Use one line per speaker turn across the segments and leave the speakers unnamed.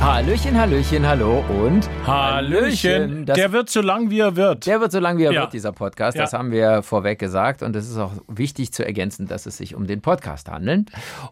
Hallöchen, Hallöchen, hallo und
Hallöchen.
Das,
Der wird so lang, wie er wird.
der wird so lang, wie er
Ja.
wird, dieser Podcast.
Ja.
Das haben wir vorweg gesagt und es ist auch wichtig zu ergänzen, dass es sich um den Podcast handelt.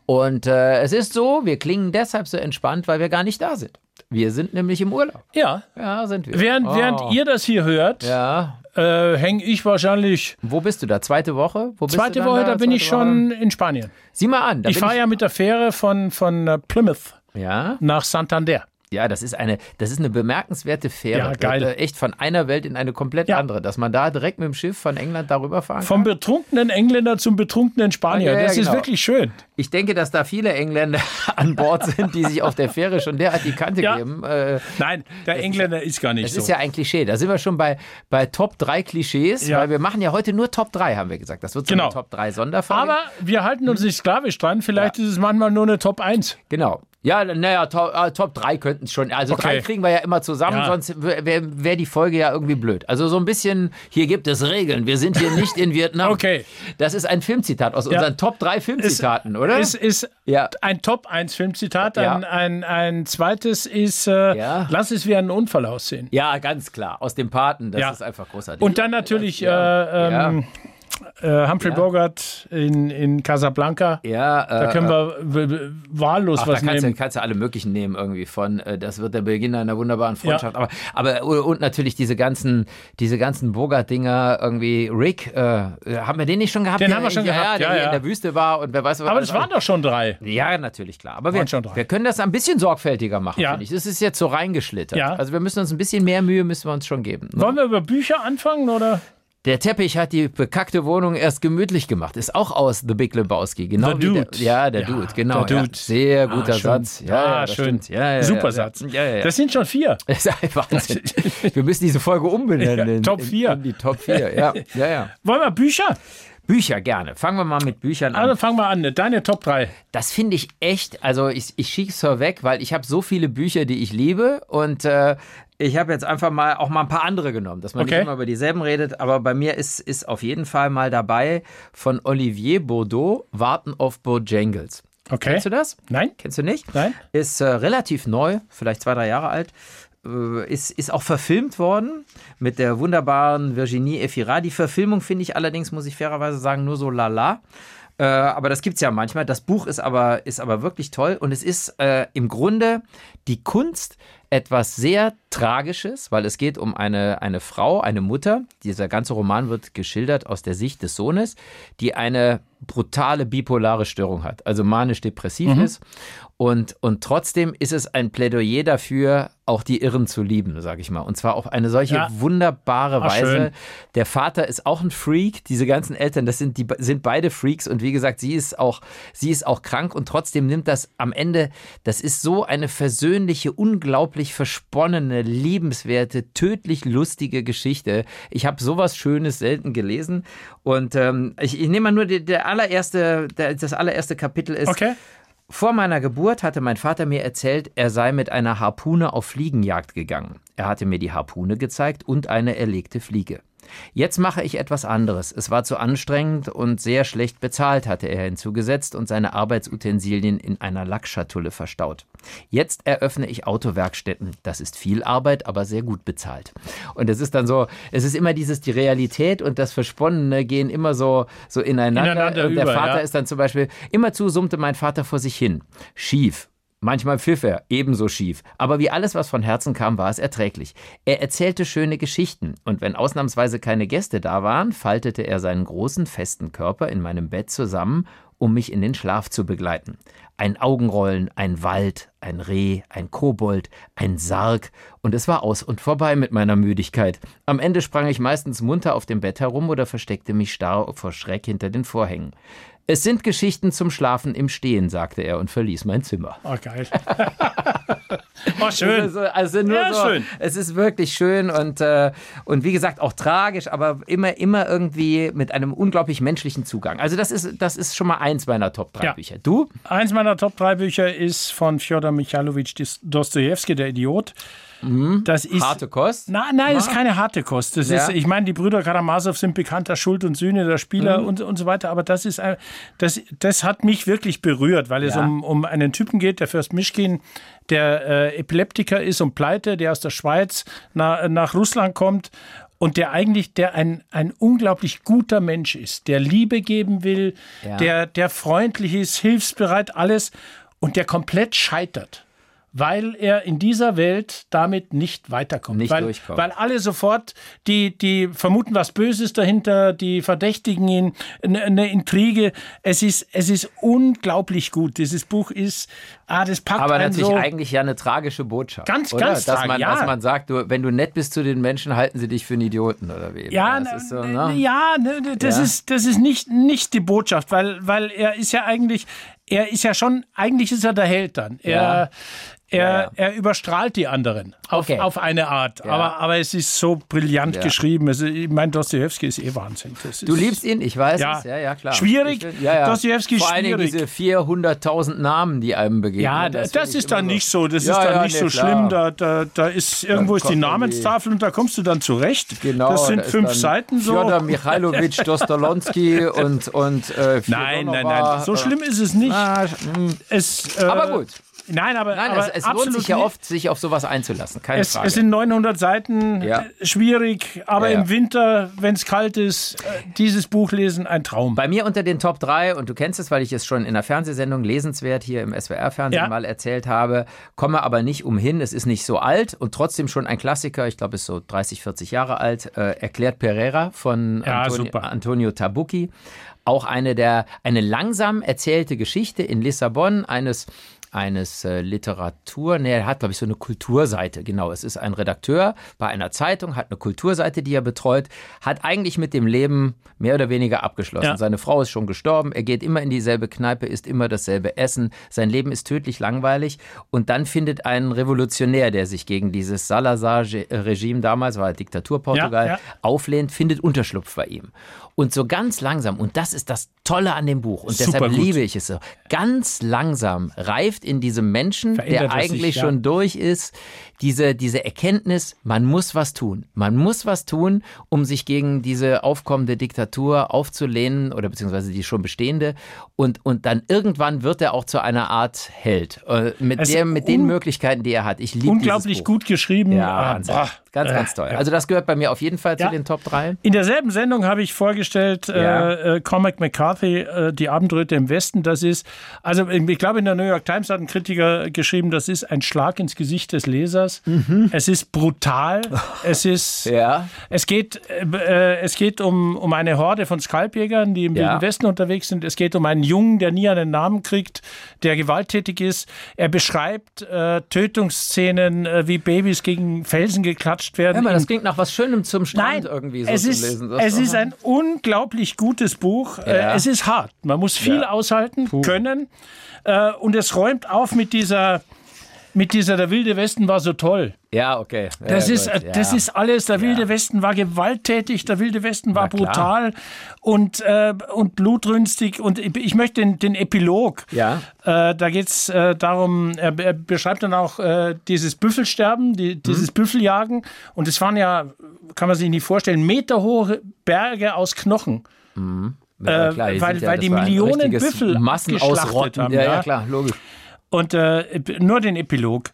Und äh, es ist so, wir klingen deshalb so entspannt, weil wir gar nicht da sind. Wir sind nämlich im Urlaub.
ja.
Ja, sind wir.
Während,
Oh.
während ihr das hier hört,
Ja.
äh, hänge ich wahrscheinlich.
Wo bist du da? Zweite Woche? Wo bist du
Zweite
dann
Woche, da bin
Zweite
ich schon in Spanien.
Woche? Sieh mal an. Da
ich
bin
fahre ja mit der Fähre von, von äh, Plymouth
Ja?
nach Santander.
Ja, das ist eine, das ist eine bemerkenswerte Fähre.
Ja, geil.
Äh, Echt von einer Welt in eine komplett
Ja.
andere. Dass man da direkt mit dem Schiff von England darüber fahren
Vom
kann.
betrunkenen Engländer zum betrunkenen Spanier.
Ja, ja,
das
genau.
ist wirklich schön.
Ich denke, dass da viele Engländer an Bord sind, die sich auf der Fähre schon derart die Kante
Ja.
geben. Äh,
Nein, der Engländer ist gar nicht
es
so.
ist ja ein Klischee. Da sind wir schon bei, bei Top 3 Klischees,
Ja.
weil wir machen ja heute nur Top 3, haben wir gesagt. Das wird so eine
Genau.
Top 3 Sonderfolge.
Aber wir halten uns nicht sklavisch dran. Vielleicht ist es manchmal nur eine Top 1.
Genau. Ja, naja, Top, äh, Top 3 könnten es schon. Also drei
Okay.
kriegen wir ja immer zusammen,
Ja.
sonst wäre wär die Folge ja irgendwie blöd. Also so ein bisschen, hier gibt es Regeln, wir sind hier nicht in Vietnam.
Okay.
Das ist ein Filmzitat aus unseren Top 3 Filmzitaten, oder?
Es ist
Ja.
ein Top 1 Filmzitat.
Ja.
Ein, ein, ein zweites ist, äh,
Ja.
lass es wie ein Unfall aussehen.
ja, ganz klar. Aus dem Paten, das
Ja.
ist einfach großartig.
Und dann natürlich äh, ähm, äh, Humphrey Bogart in, in Casablanca.
ja, äh,
Da können wir w- w- wahllos
Ach, da
was
kannst du,
nehmen.
kannst du alle möglichen nehmen irgendwie von, äh, das wird der Beginn einer wunderbaren Freundschaft. Aber, aber und natürlich diese ganzen, diese ganzen Bogart-Dinger irgendwie. Rick, äh, haben wir den nicht schon gehabt?
Den
Der-
haben wir schon
ja,
gehabt,
der
ja,
hier
ja.
in der Wüste war und wer weiß was.
Aber
alles
das waren doch schon drei.
Ja, natürlich klar. Aber wir,
Waren schon drei.
wir können das ein bisschen sorgfältiger machen,
Ja.
finde ich. Das ist jetzt so reingeschlittert.
Ja.
Also wir müssen uns ein bisschen mehr Mühe müssen wir uns schon geben. Ne?
Wollen wir über Bücher anfangen oder?
Der Teppich hat die bekackte Wohnung erst gemütlich gemacht. Ist auch aus The Big Lebowski. Genau
The
wie
Dude.
Der, ja, der
Ja,
Dude, genau.
der
ja.
Dude.
Sehr guter
Ah, schön.
Satz. Ja,
ah,
das
schön.
stimmt. Ja, ja,
Super
ja,
Satz.
Ja, ja, ja.
Das sind schon vier.
Das ist ein Wahnsinn. Wir müssen diese Folge umbenennen.
Ja,
in-
Top
in-
vier.
In die Top 4, ja. ja, ja.
Wollen wir Bücher?
Bücher gerne. Fangen wir mal mit Büchern an.
Also fangen wir an. Deine Top drei.
Das finde ich echt, also ich, ich schicke es vorweg, weil ich habe so viele Bücher, die ich liebe und äh, ich habe jetzt einfach mal auch mal ein paar andere genommen, dass man
Okay.
nicht immer über dieselben redet, aber bei mir ist, ist auf jeden Fall mal dabei von Olivier Bordeaux, Warten auf Bojangles.
Okay.
Kennst du das?
Nein?
Kennst du nicht?
Nein.
Ist äh, relativ neu, vielleicht zwei, drei Jahre alt. Äh, Ist, ist auch verfilmt worden mit der wunderbaren Virginie Efira. Die Verfilmung finde ich allerdings, muss ich fairerweise sagen, nur so lala. Äh, aber das gibt es ja manchmal. Das Buch ist aber, ist aber wirklich toll und es ist äh, im Grunde die Kunst, etwas sehr Tragisches, weil es geht um eine, eine Frau, eine Mutter. Dieser ganze Roman wird geschildert aus der Sicht des Sohnes, die eine brutale bipolare Störung hat, also manisch-depressiv
Mhm.
ist. Und, und trotzdem ist es ein Plädoyer dafür, auch die Irren zu lieben, sage ich mal. Und zwar auf eine solche
Ja.
wunderbare
Ah, schön.
Weise. Der Vater ist auch ein Freak. Diese ganzen Eltern, das sind die sind beide Freaks und wie gesagt, sie ist auch sie ist auch krank und trotzdem nimmt das am Ende. Das ist so eine versöhnliche, unglaublich versponnene, liebenswerte, tödlich lustige Geschichte. Ich habe sowas Schönes selten gelesen und ähm, ich, ich nehme mal nur die, der allererste der, das allererste Kapitel ist.
Okay.
Vor meiner Geburt hatte mein Vater mir erzählt, er sei mit einer Harpune auf Fliegenjagd gegangen. Er hatte mir die Harpune gezeigt und eine erlegte Fliege. Jetzt mache ich etwas anderes. Es war zu anstrengend und sehr schlecht bezahlt, hatte er hinzugesetzt und seine Arbeitsutensilien in einer Lackschatulle verstaut. Jetzt eröffne ich Autowerkstätten. Das ist viel Arbeit, aber sehr gut bezahlt. Und es ist dann so, es ist immer dieses, die Realität und das Versponnene gehen immer so, so ineinander.
Ineinander
und der
über,
Vater
ja.
ist ist dann zum Beispiel, immerzu summte mein Vater vor sich hin. Schief. Manchmal pfiff er, ebenso schief. Aber wie alles, was von Herzen kam, war es erträglich. Er erzählte schöne Geschichten. Und wenn ausnahmsweise keine Gäste da waren, faltete er seinen großen, festen Körper in meinem Bett zusammen, um mich in den Schlaf zu begleiten. Ein Augenrollen, ein Wald, ein Reh, ein Kobold, ein Sarg. Und es war aus und vorbei mit meiner Müdigkeit. Am Ende sprang ich meistens munter auf dem Bett herum oder versteckte mich starr vor Schreck hinter den Vorhängen. Es sind Geschichten zum Schlafen im Stehen, sagte er und verließ mein Zimmer.
Oh, geil. Oh, schön.
Also, also nur
Ja,
so,
schön.
Es ist wirklich schön und, äh, und wie gesagt auch tragisch, aber immer, immer irgendwie mit einem unglaublich menschlichen Zugang. Also das ist, das ist schon mal eins meiner Top 3
Ja.
Bücher. Du?
Eins meiner Top 3 Bücher ist von Fjodor Michailowitsch Dis- Dostojewski, der Idiot. Das ist.
Mhm. Harte Kost?
Nein, nein, ist keine harte Kost. Das
Ja.
ist, ich meine, die Brüder Karamasow sind bekannter Schuld und Sühne der
Mhm.
Spieler und, und so weiter, aber das ist ein, das, das hat mich wirklich berührt, weil es
Ja.
um, um einen Typen geht, der Fürst Mischkin, der äh, Epileptiker ist und pleite, der aus der Schweiz na, nach Russland kommt und der eigentlich der ein, ein unglaublich guter Mensch ist, der Liebe geben will,
Ja.
der, der freundlich ist, hilfsbereit, alles und der komplett scheitert. Weil er in dieser Welt damit nicht weiterkommt.
Nicht
weil,
durchkommt.
Weil alle sofort, die, die vermuten was Böses dahinter, die verdächtigen ihn, eine eine Intrige. Es ist, es ist unglaublich gut. Dieses Buch ist, ah, das packt
Aber
einen
natürlich
so.
eigentlich ja eine tragische Botschaft.
Ganz,
oder?
ganz
dass
trag-
man,
ja.
dass man sagt, du, wenn du nett bist zu den Menschen, halten sie dich für einen Idioten oder wie.
Ja,
das ist so,
ne,
ne?
ja, ne, ne, das
Ja.
ist das ist nicht nicht die Botschaft, weil weil er ist ja eigentlich er ist ja schon eigentlich ist er der Held dann. Er
Ja,
er,
ja.
er überstrahlt die anderen auf,
Okay.
auf eine Art, aber aber es ist so brillant
Ja.
geschrieben. Also, ich meine Dostojewski ist eh Wahnsinn. Das
Du
ist-
liebst ihn, ich weiß
Ja.
es. Ja, ja, klar.
Schwierig,
Ich will- ja, ja.
Dostojewski
Vor allen Dingen
schwierig.
diese 400.000 Namen, die einem begegnen.
Ja, das,
finde ich
ist
immer
dann
so-
nicht so, das
Ja,
ist dann
ja,
nicht
nee,
so
klar.
schlimm. Da, da, da ist irgendwo ist die
kommt
Namenstafel und da kommst du dann zurecht.
Genau,
das sind
da ist
fünf
dann
Seiten so.
Fjodor Michailowitsch Dostolonski und, und äh,
Nein, nein,
Fjodonowa,
nein, so
äh,
schlimm ist es nicht.
ah,
Es, äh,
Aber gut.
Nein, aber,
Nein,
aber
es, es
absolut
lohnt sich ja
nicht.
oft, sich auf sowas einzulassen. Keine
Es,
Frage.
es sind 900 Seiten,
Ja.
äh, schwierig, aber
Ja, ja.
im Winter, wenn es kalt ist, äh, dieses Buch lesen, ein Traum.
Bei mir unter den Top 3, und du kennst es, weil ich es schon in der Fernsehsendung lesenswert hier im SWR-Fernsehen
Ja.
mal erzählt habe, komme aber nicht umhin. Es ist nicht so alt und trotzdem schon ein Klassiker. Ich glaube, es ist so 30, 40 Jahre alt. Äh, erklärt Pereira von
Ja,
Antonio,
super.
Antonio Tabucchi. Auch eine der, eine langsam erzählte Geschichte in Lissabon eines eines äh, Literatur, ne, er hat glaube ich so eine Kulturseite, genau, es ist ein Redakteur bei einer Zeitung, hat eine Kulturseite, die er betreut, hat eigentlich mit dem Leben mehr oder weniger abgeschlossen.
Ja.
Seine Frau ist schon gestorben, er geht immer in dieselbe Kneipe, isst immer dasselbe Essen, sein Leben ist tödlich langweilig und dann findet ein Revolutionär, der sich gegen dieses Salazar-Regime damals, war Diktatur Portugal,
Ja, ja.
auflehnt, findet Unterschlupf bei ihm. Und so ganz langsam, und das ist das Tolle an dem Buch, und deshalb
Supergut.
liebe ich es so, ganz langsam reift in diesem Menschen,
Verändert
der
es sich,
eigentlich
ja.
schon durch ist, diese, diese Erkenntnis, man muss was tun. Man muss was tun, um sich gegen diese aufkommende Diktatur aufzulehnen oder beziehungsweise die schon bestehende. Und, und dann irgendwann wird er auch zu einer Art Held. Äh, mit,
Es
der,
ist
mit den
un-
Möglichkeiten, die er hat. Ich liebe
Unglaublich
dieses Buch.
gut geschrieben.
Ja,
Ah,
Wahnsinn.
boah.
Ganz, ganz toll. Also das gehört bei mir auf jeden Fall
Ja.
zu den Top 3.
In derselben Sendung habe ich vorgestellt,
Ja.
äh, äh, Cormac McCarthy, äh, die Abendröte im Westen, das ist, also ich glaube in der New York Times hat ein Kritiker geschrieben, das ist ein Schlag ins Gesicht des Lesers. Es ist brutal, es ist,
Mhm. Ja.
es geht, äh, äh, es geht um, um eine Horde von Skalpjägern, die im
Ja.
Wilden Westen unterwegs sind. Es geht um einen Jungen, der nie einen Namen kriegt, der gewalttätig ist. Er beschreibt äh, Tötungsszenen, äh, wie Babys gegen Felsen geklatscht werden.
Hör mal,
in
das klingt nach was Schönem zum Strand
Nein,
irgendwie so
es
zu
ist,
lesen. Das-
Es ist ein unglaublich gutes Buch. Äh, Es ist hart. Man muss viel aushalten können. Äh, und es räumt auf mit dieser, mit dieser Der Wilde Westen war so toll.
ja, okay. Ja,
Das,
ja,
ist,
gut,
äh, das
ja.
ist alles. Der Wilde Westen war gewalttätig, der Wilde Westen war
Na klar.
brutal und, äh, und blutrünstig. Und ich ich möchte den, den Epilog.
Ja.
Äh, da geht es äh, darum, er, er beschreibt dann auch äh, dieses Büffelsterben,
Mhm.
die, dieses Büffeljagen. Und es waren ja, kann man sich nicht vorstellen, meterhohe Berge aus Knochen.
Ja, klar,
äh, weil-
sind
weil
das
die
war ein
Millionen
richtiges
Büffel abgeschlachtet
Massenausrotten.
haben,
Ja,
ja.
ja, klar, logisch.
Und äh, nur den Epilog.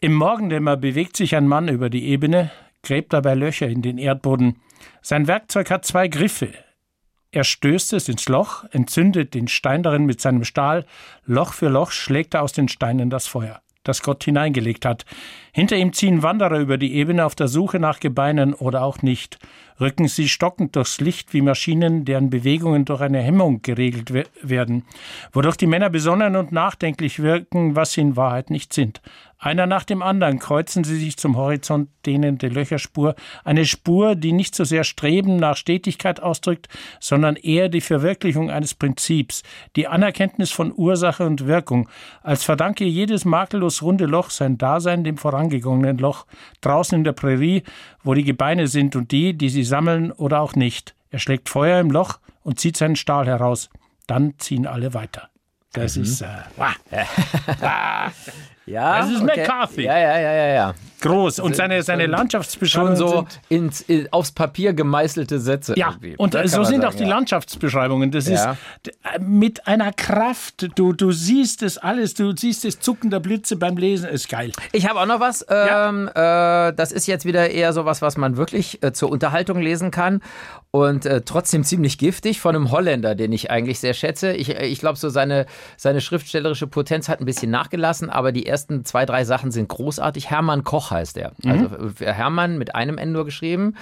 Im Morgendämmer bewegt sich ein Mann über die Ebene, gräbt dabei Löcher in den Erdboden. Sein Werkzeug hat zwei Griffe. Er stößt es ins Loch, entzündet den Stein darin mit seinem Stahl. Loch für Loch schlägt er aus den Steinen das Feuer, das Gott hineingelegt hat. Hinter ihm ziehen Wanderer über die Ebene auf der Suche nach Gebeinen oder auch nicht. rücken sie stockend durchs Licht wie Maschinen, deren Bewegungen durch eine Hemmung geregelt we- werden, wodurch die Männer besonnen und nachdenklich wirken, was sie in Wahrheit nicht sind. Einer nach dem anderen kreuzen sie sich zum Horizont dehnende Löcherspur, eine Spur, die nicht so sehr Streben nach Stetigkeit ausdrückt, sondern eher die Verwirklichung eines Prinzips, die Anerkenntnis von Ursache und Wirkung, als verdanke jedes makellos runde Loch sein Dasein dem vorangegangenen Loch, draußen in der Prärie, wo die Gebeine sind und die, die sie sammeln oder auch nicht. Er schlägt Feuer im Loch und zieht seinen Stahl heraus. Dann ziehen alle weiter.
Mhm.
Das ist äh, wah,
Ja,
Das ist McCarthy.
Ja, ja, ja, ja, ja.
groß. Und seine, seine
Schon
Landschaftsbeschreibung
so
sind
ins, in, aufs Papier gemeißelte Sätze.
Ja,
irgendwie.
und
Da kann
so
man
sind
sagen,
auch die
ja.
Landschaftsbeschreibungen. Das
Ja.
ist d- äh, mit einer Kraft. Du, du siehst es alles. Du siehst das Zucken der Blitze beim Lesen. Ist geil.
Ich habe auch noch was.
Ja.
Ähm, äh, das ist jetzt wieder eher so was, was man wirklich äh, zur Unterhaltung lesen kann und äh, trotzdem ziemlich giftig von einem Holländer, den ich eigentlich sehr schätze. Ich, äh, ich glaube, so seine, seine schriftstellerische Potenz hat ein bisschen nachgelassen, aber die ersten zwei, drei Sachen sind großartig. Hermann Koch heißt er.
Mhm.
Also äh, Hermann mit einem N nur geschrieben.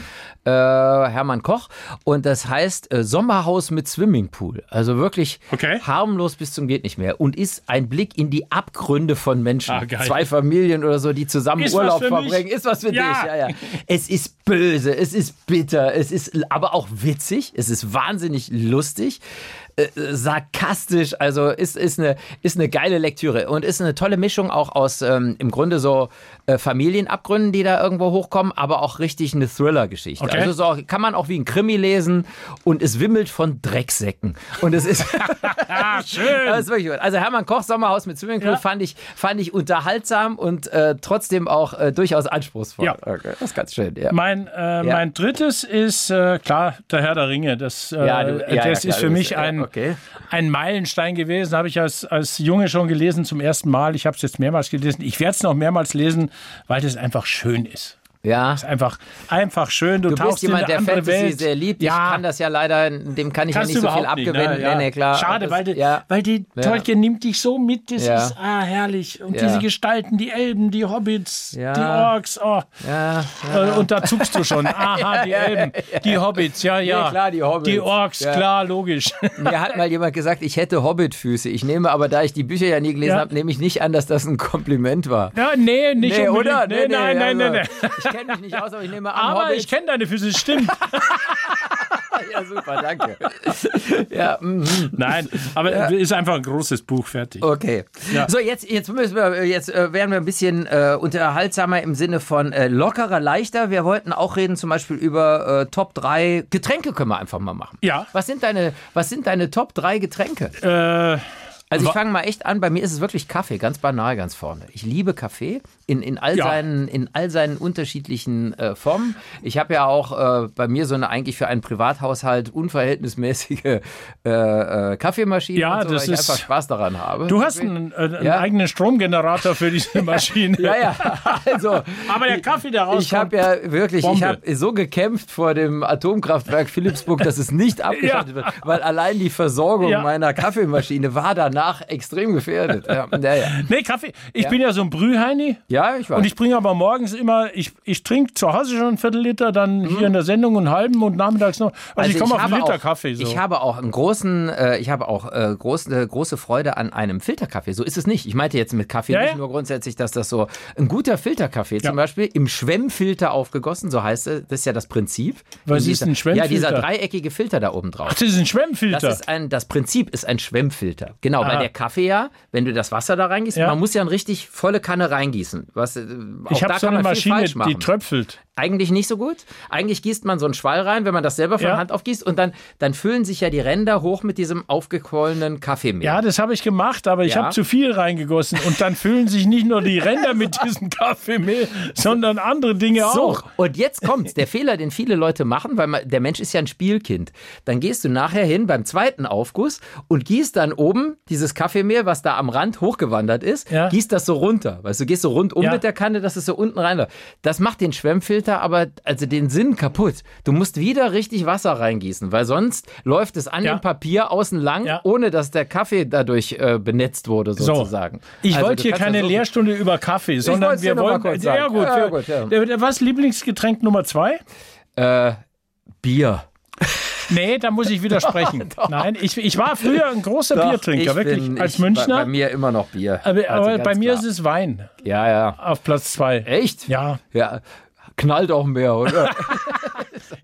Äh, Hermann Koch. Und das heißt äh, Sommerhaus mit Swimmingpool. Also wirklich
Okay.
harmlos bis zum geht nicht mehr und ist ein Blick in die Abgründe von Menschen.
Ah, geil.
Zwei Familien oder so, die zusammen
Ist was
Urlaub
für mich.
verbringen. Ist was für
Ja.
dich. Ja, ja. Es ist böse, es ist bitter, es ist aber auch witzig, es ist wahnsinnig lustig, äh, äh, sarkastisch, also ist, ist, eine, ist eine geile Lektüre und ist eine tolle Mischung auch aus ähm, im Grunde so äh, Familienabgründen, die da irgendwo hochkommen, aber auch richtig eine Thriller-Geschichte.
Okay.
Also ist auch, kann man auch wie ein Krimi lesen und es wimmelt von Drecksäcken. Und es ist.
Ah, schön.
Das ist wirklich gut. Also Hermann Koch Sommerhaus mit Swimmingpool
Ja.
fand, ich, fand ich unterhaltsam und äh, trotzdem auch äh, durchaus anspruchsvoll.
Ja.
Okay, das ist ganz schön. Ja.
Mein, äh,
Ja.
mein drittes ist, äh, klar, der Herr der Ringe. Das, äh,
Ja, du- ja, ja,
das
klar,
ist für
du bist-
mich
ja,
ein,
okay.
ein Meilenstein gewesen. Habe ich als, als Junge schon gelesen zum ersten Mal. Ich habe es jetzt mehrmals gelesen. Ich werde es noch mehrmals lesen, weil das einfach schön ist.
ja.
Einfach, einfach schön. Du,
Du
tauchst
bist jemand,
in eine
der
andere
Fantasy
Welt.
sehr liebt.
Ja.
Ich kann das ja leider, dem kann ich ja
Kannst
nicht
du
so viel
überhaupt
abgewinnen.
nicht, ne? Ja.
Nee, nee, klar.
Schade,
Das-
weil, die-
ja.
weil die
Ja.
Tolkien nimmt dich so mit, das
Ja.
ist ah, herrlich. Und
Ja.
diese Gestalten, die Elben, die Hobbits,
Ja.
die Orks, oh.
ja.
Äh, Und da zuckst du schon. Aha, die Elben, die Hobbits, ja, ja.
Nee, klar, die Hobbits.
Die Orks,
Ja.
klar, logisch.
Mir hat mal jemand gesagt, ich hätte Hobbitfüße. Ich nehme aber, da ich die Bücher ja nie gelesen
Ja.
habe, nehme ich nicht an, dass das ein Kompliment war.
Ja, nee, nicht
Nee,
unbedingt.
oder?
Nee, nein, nein, nein, nein.
also, Ich kenne mich nicht aus, aber ich nehme an,
Aber
Hobbit.
ich kenne deine Füße, stimmt.
ja, super, danke. ja, mhm.
Nein, aber ist einfach ein großes Buch, fertig.
Okay.
Ja.
So, jetzt, jetzt müssen wir, äh, jetzt äh, werden wir ein bisschen äh, unterhaltsamer im Sinne von äh, lockerer, leichter. Wir wollten auch reden, zum Beispiel über äh, Top 3 Getränke können wir einfach mal machen.
Ja.
Was sind deine, was sind deine Top 3 Getränke?
Äh,
Also ich
Wa-
fange mal echt an, bei mir ist es wirklich Kaffee, ganz banal, ganz vorne. Ich liebe Kaffee in, in, all,
Ja.
seinen, in all seinen unterschiedlichen äh, Formen. Ich habe ja auch äh, bei mir so eine eigentlich für einen Privathaushalt unverhältnismäßige äh, äh, Kaffeemaschine,
Ja,
und so,
das
weil ich
ist-
einfach Spaß daran habe.
du hast einen, äh, einen
Ja.
eigenen Stromgenerator für diese Maschine.
Ja, ja, also
Aber der Kaffee, der rauskommt,
ich habe ja wirklich, ich
Bombe.
habe so gekämpft vor dem Atomkraftwerk Philipsburg, dass es nicht abgeschaltet wird, weil allein die Versorgung
Ja.
meiner Kaffeemaschine war danach extrem gefährdet. Ja, ja, ja.
Nee, Kaffee. Ich bin ja so ein Brühheini.
ja ich weiß.
Und ich bringe aber morgens immer, ich, ich trinke zu Hause schon ein Viertel Liter, dann hier in der Sendung einen halben und nachmittags noch. Also, ich komme auf einen
Mhm. habe
Liter
auch,
Kaffee. So.
Ich habe auch einen großen, äh, ich habe auch äh, große, äh, große Freude an einem Filterkaffee. So ist es nicht. Ich meinte jetzt mit Kaffee
Ja,
nicht
ja.
nur grundsätzlich, dass das so ein guter Filterkaffee zum Beispiel im Schwemmfilter aufgegossen, so heißt es, das ist ja das Prinzip.
Was
In
ist
dieser-
ein Schwemmfilter?
Ja, dieser dreieckige Filter da oben drauf.
Ach, das ist ein Schwemmfilter.
Das, ist ein, das Prinzip ist ein Schwemmfilter. Genau, weil
Aha.
der Kaffee ja, wenn du das Wasser da reingießt,
Ah. Ja.
man muss ja eine richtig volle Kanne reingießen. Was, äh, auch
ich
da
habe so
kann
eine
man viel
Maschine,
falsch machen
die tröpfelt.
eigentlich nicht so gut. Eigentlich gießt man so einen Schwall rein, wenn man das selber von
Ja.
Hand aufgießt und dann, dann füllen sich ja die Ränder hoch mit diesem aufgequollenen Kaffeemehl.
Ja, das habe ich gemacht, aber ich
Ja.
habe zu viel reingegossen. Und dann füllen sich nicht nur die Ränder mit diesem Kaffeemehl, sondern andere Dinge
so,
auch.
und jetzt kommt's. Der Fehler, den viele Leute machen, weil man, der Mensch ist ja ein Spielkind. Dann gehst du nachher hin beim zweiten Aufguss und gießt dann oben dieses Kaffeemehl, was da am Rand hochgewandert ist,
Ja.
gießt das so runter. Weißt du, gehst so rund um
Ja.
mit der Kanne, dass es so unten reinläuft. Das macht den Schwemmfilter aber, also den Sinn kaputt. Du musst wieder richtig Wasser reingießen, weil sonst läuft es an
Ja.
dem Papier außen lang,
Ja.
ohne dass der Kaffee dadurch äh, benetzt wurde, sozusagen.
Ich
Also, du
wollte hier
kannst das
keine
so-
Lehrstunde über Kaffee, sondern
wollt's dir
wir
noch mal
wollen.
kurz
ja,
sagen.
gut,
Ja,
wir-
gut, ja.
Was Lieblingsgetränk Nummer zwei?
Äh, Bier.
Nee, da muss ich widersprechen. Nein, ich, ich war früher ein großer Biertrinker,
ich
wirklich.
bin-
Als
ich,
Münchner.
Bei, bei mir immer noch Bier.
aber
Also
aber
ganz
bei mir
klar.
ist es Wein
Ja, ja.
auf Platz zwei.
Echt?
Ja.
Ja. Knallt auch mehr, oder?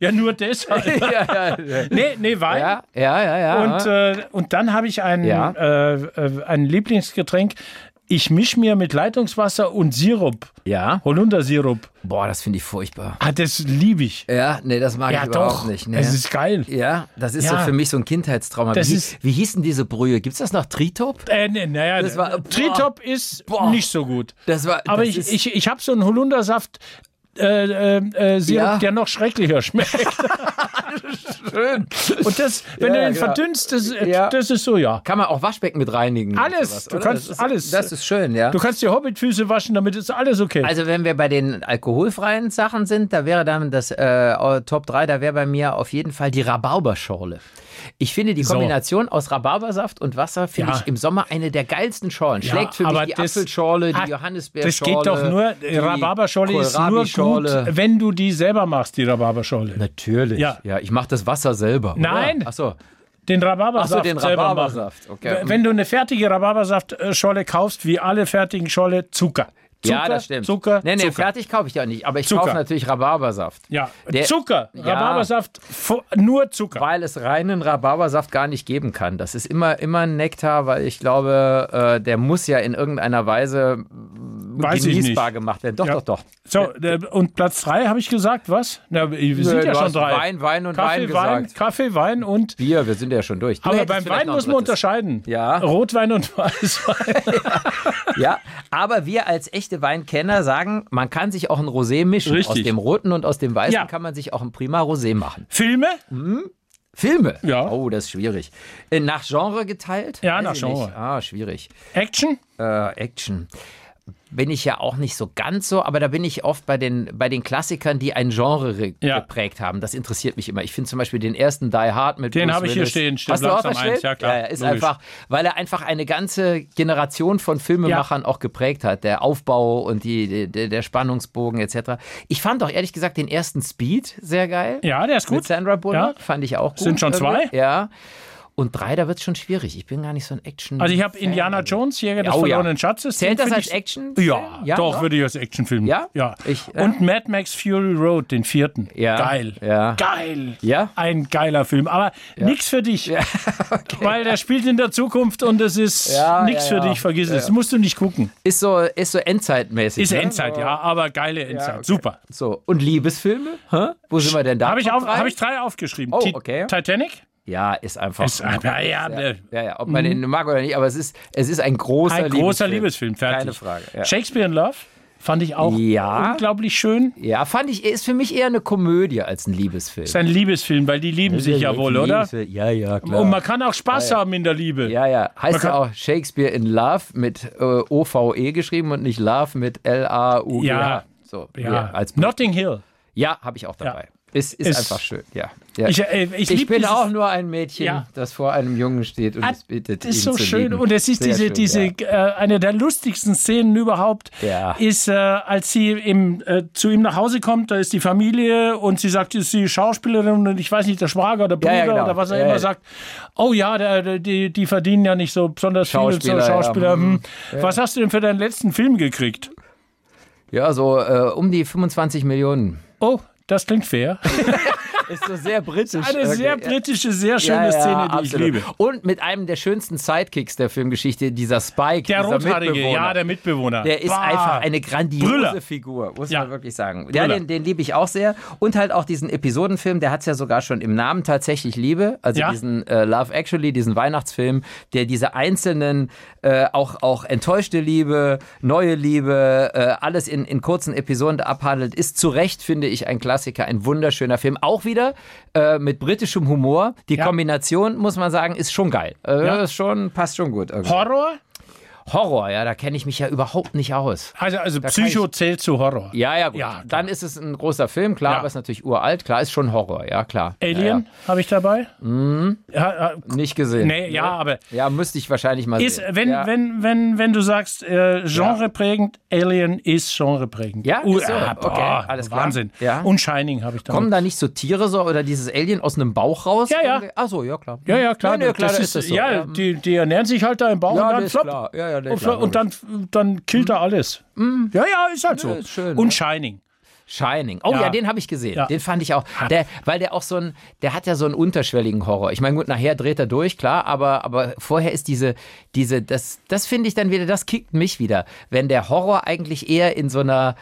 Ja, nur deshalb.
ja, ja,
nee, nee, Wein.
ja, ja, ja.
Und, äh, und dann habe ich ein,
Ja.
äh, äh, ein Lieblingsgetränk. Ich mische mir mit Leitungswasser und Sirup,
ja.
Holundersirup.
Boah, das finde ich furchtbar.
Ah, das liebe ich.
Ja, nee, das mag
Ja,
ich überhaupt
doch.
nicht. ne? Nee.
Es ist geil.
ja, das ist
Ja.
so für mich so ein Kindheitstrauma.
Das
wie,
ist-
wie hießen diese Brühe? Gibt's das nach Tritop?
Äh, nee, naja,
Das war-
Tritop ist
Boah.
nicht so gut.
Das war,
Aber
das
ich,
ist,
ich, ich habe so einen Holundersaft. Äh, äh, äh, Sirup,
Ja.
der noch schrecklicher schmeckt.
schön.
Und das,
Ja,
wenn du den
genau.
verdünnst, das, äh,
Ja.
das ist so, ja.
Kann man auch Waschbecken mit reinigen.
Alles, du
oder?
kannst
das ist,
alles.
Das ist schön, ja.
du kannst dir Hobbitfüße waschen, damit ist alles okay.
Also wenn wir bei den alkoholfreien Sachen sind, da wäre dann das äh, Top 3, da wäre bei mir auf jeden Fall die Rhabarberschorle. Ich finde die Kombination aus Rhabarbersaft und Wasser finde
Ja.
ich im Sommer eine der geilsten Schorlen.
Ja,
Schlägt für
aber
mich die
das-
Apfelschorle,
Ah,
die Johannisbeerschorle.
Das geht doch nur,
die
die Rhabarberschorle ist nur
Kohlrabi-Schorle. Ne.
gut, wenn du die selber machst, die Rhabarberschorle.
Natürlich.
Ja.
Ja, ich mache das Wasser selber.
Nein.
Achso,
Den Rhabarbersaft
Ach so, den
selber
Rhabarbersaft,
machen.
okay.
Wenn du eine fertige Rhabarbersaftschorle kaufst, wie alle fertigen Schorle, Zucker. Zucker
ja, das stimmt.
Zucker,
nee, nee,
Zucker.
fertig kaufe ich ja nicht, aber ich
Zucker.
kaufe natürlich Rhabarbersaft.
Ja,
Der-
Zucker.
Ja.
Rhabarbersaft, vo- nur Zucker.
Weil es reinen Rhabarbersaft gar nicht geben kann. Das ist immer, immer ein Nektar, weil ich glaube, äh, der muss ja in irgendeiner Weise äh,
Weiß ich nicht.
genießbar gemacht werden. Doch,
Ja.
doch, doch.
So, äh, und Platz drei habe ich gesagt, was? Na, wir sind
Nö,
ja
du
schon
hast
drei.
Wein, Wein und
Kaffee,
Wein
Wein,
gesagt.
Kaffee, Wein und...
Bier, wir sind ja schon durch. Du
Aber
hättest
beim
vielleicht
Wein
noch ein
muss man
drittes.
unterscheiden.
Ja.
Rotwein und Weißwein.
Ja, aber wir als echte Weinkenner sagen, man kann sich auch ein Rosé mischen.
Richtig.
Aus dem Roten und aus dem Weißen
Ja.
kann man sich auch ein prima Rosé machen.
Filme?
Filme?
Ja.
Oh, das ist schwierig. Äh, Nach Genre geteilt?
Ja,
Weiß
nach
ich
Genre.
Nicht. Ah, schwierig.
Action?
äh, Action. Bin ich ja auch nicht so ganz so, aber da bin ich oft bei den, bei den Klassikern, die ein Genre re-
Ja.
geprägt haben. Das interessiert mich immer. Ich finde zum Beispiel den ersten Die Hard mit
Den
Bruce
habe ich hier
Willis.
stehen, stimmt,
Hast du auch
langsam
verstehen?
eins, ja, klar,
ist
logisch.
einfach, weil er einfach eine ganze Generation von Filmemachern auch geprägt hat. Der Aufbau und die, die, der- der Spannungsbogen etc. Ich fand doch ehrlich gesagt den ersten Speed sehr geil.
Ja, der ist
Mit
gut.
Sandra Bullock
Ja.
fand ich auch gut.
Sind schon zwei?
Ja. Und drei, da wird es schon schwierig. Ich bin gar nicht so ein Action.
Also ich habe Indiana Jones, Jäger des
Oh, ja.
verlorenen Schatzes. den
Zählt das
find
als
ich-
Action?
Ja, doch, würde ich als Actionfilm.
Ja?
ja.
Ich, äh,
Und Mad Max Fury Road, den vierten.
Ja,
Geil.
ja.
Geil.
Ja?
Ein geiler Film. Aber nichts für dich. Weil der spielt in der Zukunft und es ist
Ja,
nichts
ja,
für
ja.
dich. Vergiss es. Musst du nicht gucken.
Ist so, ist so Endzeitmäßig.
Ist
ne?
Endzeit, ja, aber geile Endzeit.
okay.
Super.
So. Und Liebesfilme? Hä? Wo sind wir denn da?
Habe ich,
Top
auf-
drei?
hab ich drei aufgeschrieben.
Oh,
Ti-
okay.
Titanic?
Ja, ist einfach.
Ist, äh, ja, äh,
ja, ja, ob man den mag oder nicht, aber es ist, es ist ein großer
ein
Liebesfilm.
großer Liebesfilm, fertig.
Keine Frage. Ja.
Shakespeare in Love fand ich auch
Ja.
unglaublich schön.
ja, fand ich, ist für mich eher eine Komödie als ein Liebesfilm.
Ist ein Liebesfilm, weil die lieben sich ja wohl, oder?
Liebesfilm. Ja, ja, klar.
Und man kann auch Spaß haben in der Liebe.
ja, ja. Heißt
Man
ja
kann-
auch Shakespeare in Love mit äh, O-V-E geschrieben und nicht Love mit L-A-U-G.
Ja.
E So,
Ja.
als,
Notting Hill.
ja habe ich auch dabei. Ist, ist,
Ist-
einfach schön, ja. ja.
Ich, äh, ich,
Ich
lieb
bin
dieses-
auch nur ein Mädchen,
Ja.
das vor einem Jungen steht und
Ah,
es bittet
Das ist
ihn
so
zu
schön.
lieben.
Und es ist
Sehr
diese,
schön,
diese
ja.
äh, eine der lustigsten Szenen überhaupt,
Ja.
ist, äh, als sie im, äh, zu ihm nach Hause kommt, da ist die Familie und sie sagt, sie ist die Schauspielerin und ich weiß nicht, der Schwager oder Bruder
Ja, ja, genau.
oder was er
Ja,
immer
ja.
sagt, oh ja, der, der, die, die verdienen ja nicht so besonders
Schauspieler,
viel. So
ja. mhm.
Schauspieler. Hm. Was hast du denn für deinen letzten Film gekriegt?
Ja, so äh, um die 25 Millionen.
Oh, das klingt fair.
Ist so sehr britisch.
Eine sehr britische, sehr schöne Szene, die ich liebe.
Und mit einem der schönsten Sidekicks der Filmgeschichte, dieser Spike,
Der
dieser
Rothaarige,
Mitbewohner.
ja, der Mitbewohner.
Der ist
Bah.
einfach eine grandiose
Brüller.
Figur, muss
Ja.
man wirklich sagen. Ja,
Brüller.
den, den liebe ich auch sehr. Und halt auch diesen Episodenfilm, der hat es ja sogar schon im Namen tatsächlich Liebe. Also
Ja.
diesen äh, Love Actually, diesen Weihnachtsfilm, der diese einzelnen, äh, auch, auch enttäuschte Liebe, neue Liebe, äh, alles in, in kurzen Episoden abhandelt, ist zu Recht, finde ich, ein Klassiker, ein wunderschöner Film. Auch wieder äh, mit britischem Humor. Die
Ja.
Kombination, muss man sagen, ist schon geil. Äh,
Ja.
ist schon, passt schon gut. irgendwie.
Horror?
Horror, ja, da kenne ich mich ja überhaupt nicht aus.
Also, also
kann
Psycho zählt zu Horror.
Ja, ja, gut.
Ja, klar.
dann ist es ein großer Film, klar,
Ja.
aber ist natürlich uralt, klar, ist schon Horror, ja, klar.
Alien habe ich dabei.
Mhm.
Ja, ja,
Ja, ja. Nicht gesehen.
nee, ja, aber
Ja, müsste ich wahrscheinlich mal
ist,
sehen.
wenn,
ja.
wenn, wenn, wenn du sagst, äh, genreprägend, Alien ist genreprägend.
Ja,
Uh,
ist so.
ah,
Okay,
boah,
alles klar.
Wahnsinn.
Ja.
Und Shining habe ich dabei.
Kommen da nicht so Tiere so oder dieses Alien aus einem Bauch raus?
Ja, ja.
Achso, ja, klar.
Ja, ja, klar.
Nee, nee, klar
das
da
ist,
ist das so.
Ja,
Ja,
die, die ernähren sich halt da im Bauch
Ja,
und dann
das ist
flop.
klar. Ja, ja, nee,
und,
klar, Mhm.
flop, und dann, dann killt er alles. Ja, ja, ist halt so.
ist schön,
und
ne?
Shining.
Shining. Oh
Ja.
ja, den habe ich gesehen.
Ja.
Den fand ich auch. Der, weil der auch so ein, der hat ja so einen unterschwelligen Horror. Ich meine, gut, nachher dreht er durch, klar, aber, aber vorher ist diese, diese, das, das finde ich dann wieder, das kickt mich wieder. Wenn der Horror eigentlich eher in so einer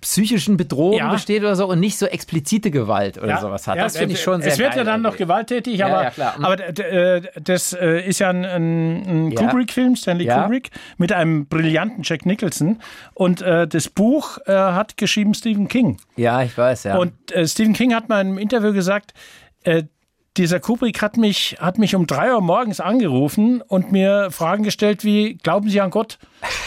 psychischen Bedrohung
Ja.
besteht oder so und nicht so explizite Gewalt oder
Ja,
sowas hat.
ja,
das
es
finde
wird-
ich schon sehr
Es wird
geil
ja dann noch
irgendwie.
gewalttätig,
Ja,
aber,
ja, klar. Mhm.
aber d- d- äh, das äh, ist ja ein, ein, ein
Ja.
Kubrick-Film, Stanley
Ja.
Kubrick, mit einem brillanten Jack Nicholson. Und äh, das Buch äh, hat geschrieben Stephen King.
Ja, ich weiß, ja.
Und äh, Stephen King hat mal in einem Interview gesagt, äh, dieser Kubrick hat mich, hat mich um drei Uhr morgens angerufen und mir Fragen gestellt wie, glauben Sie an Gott?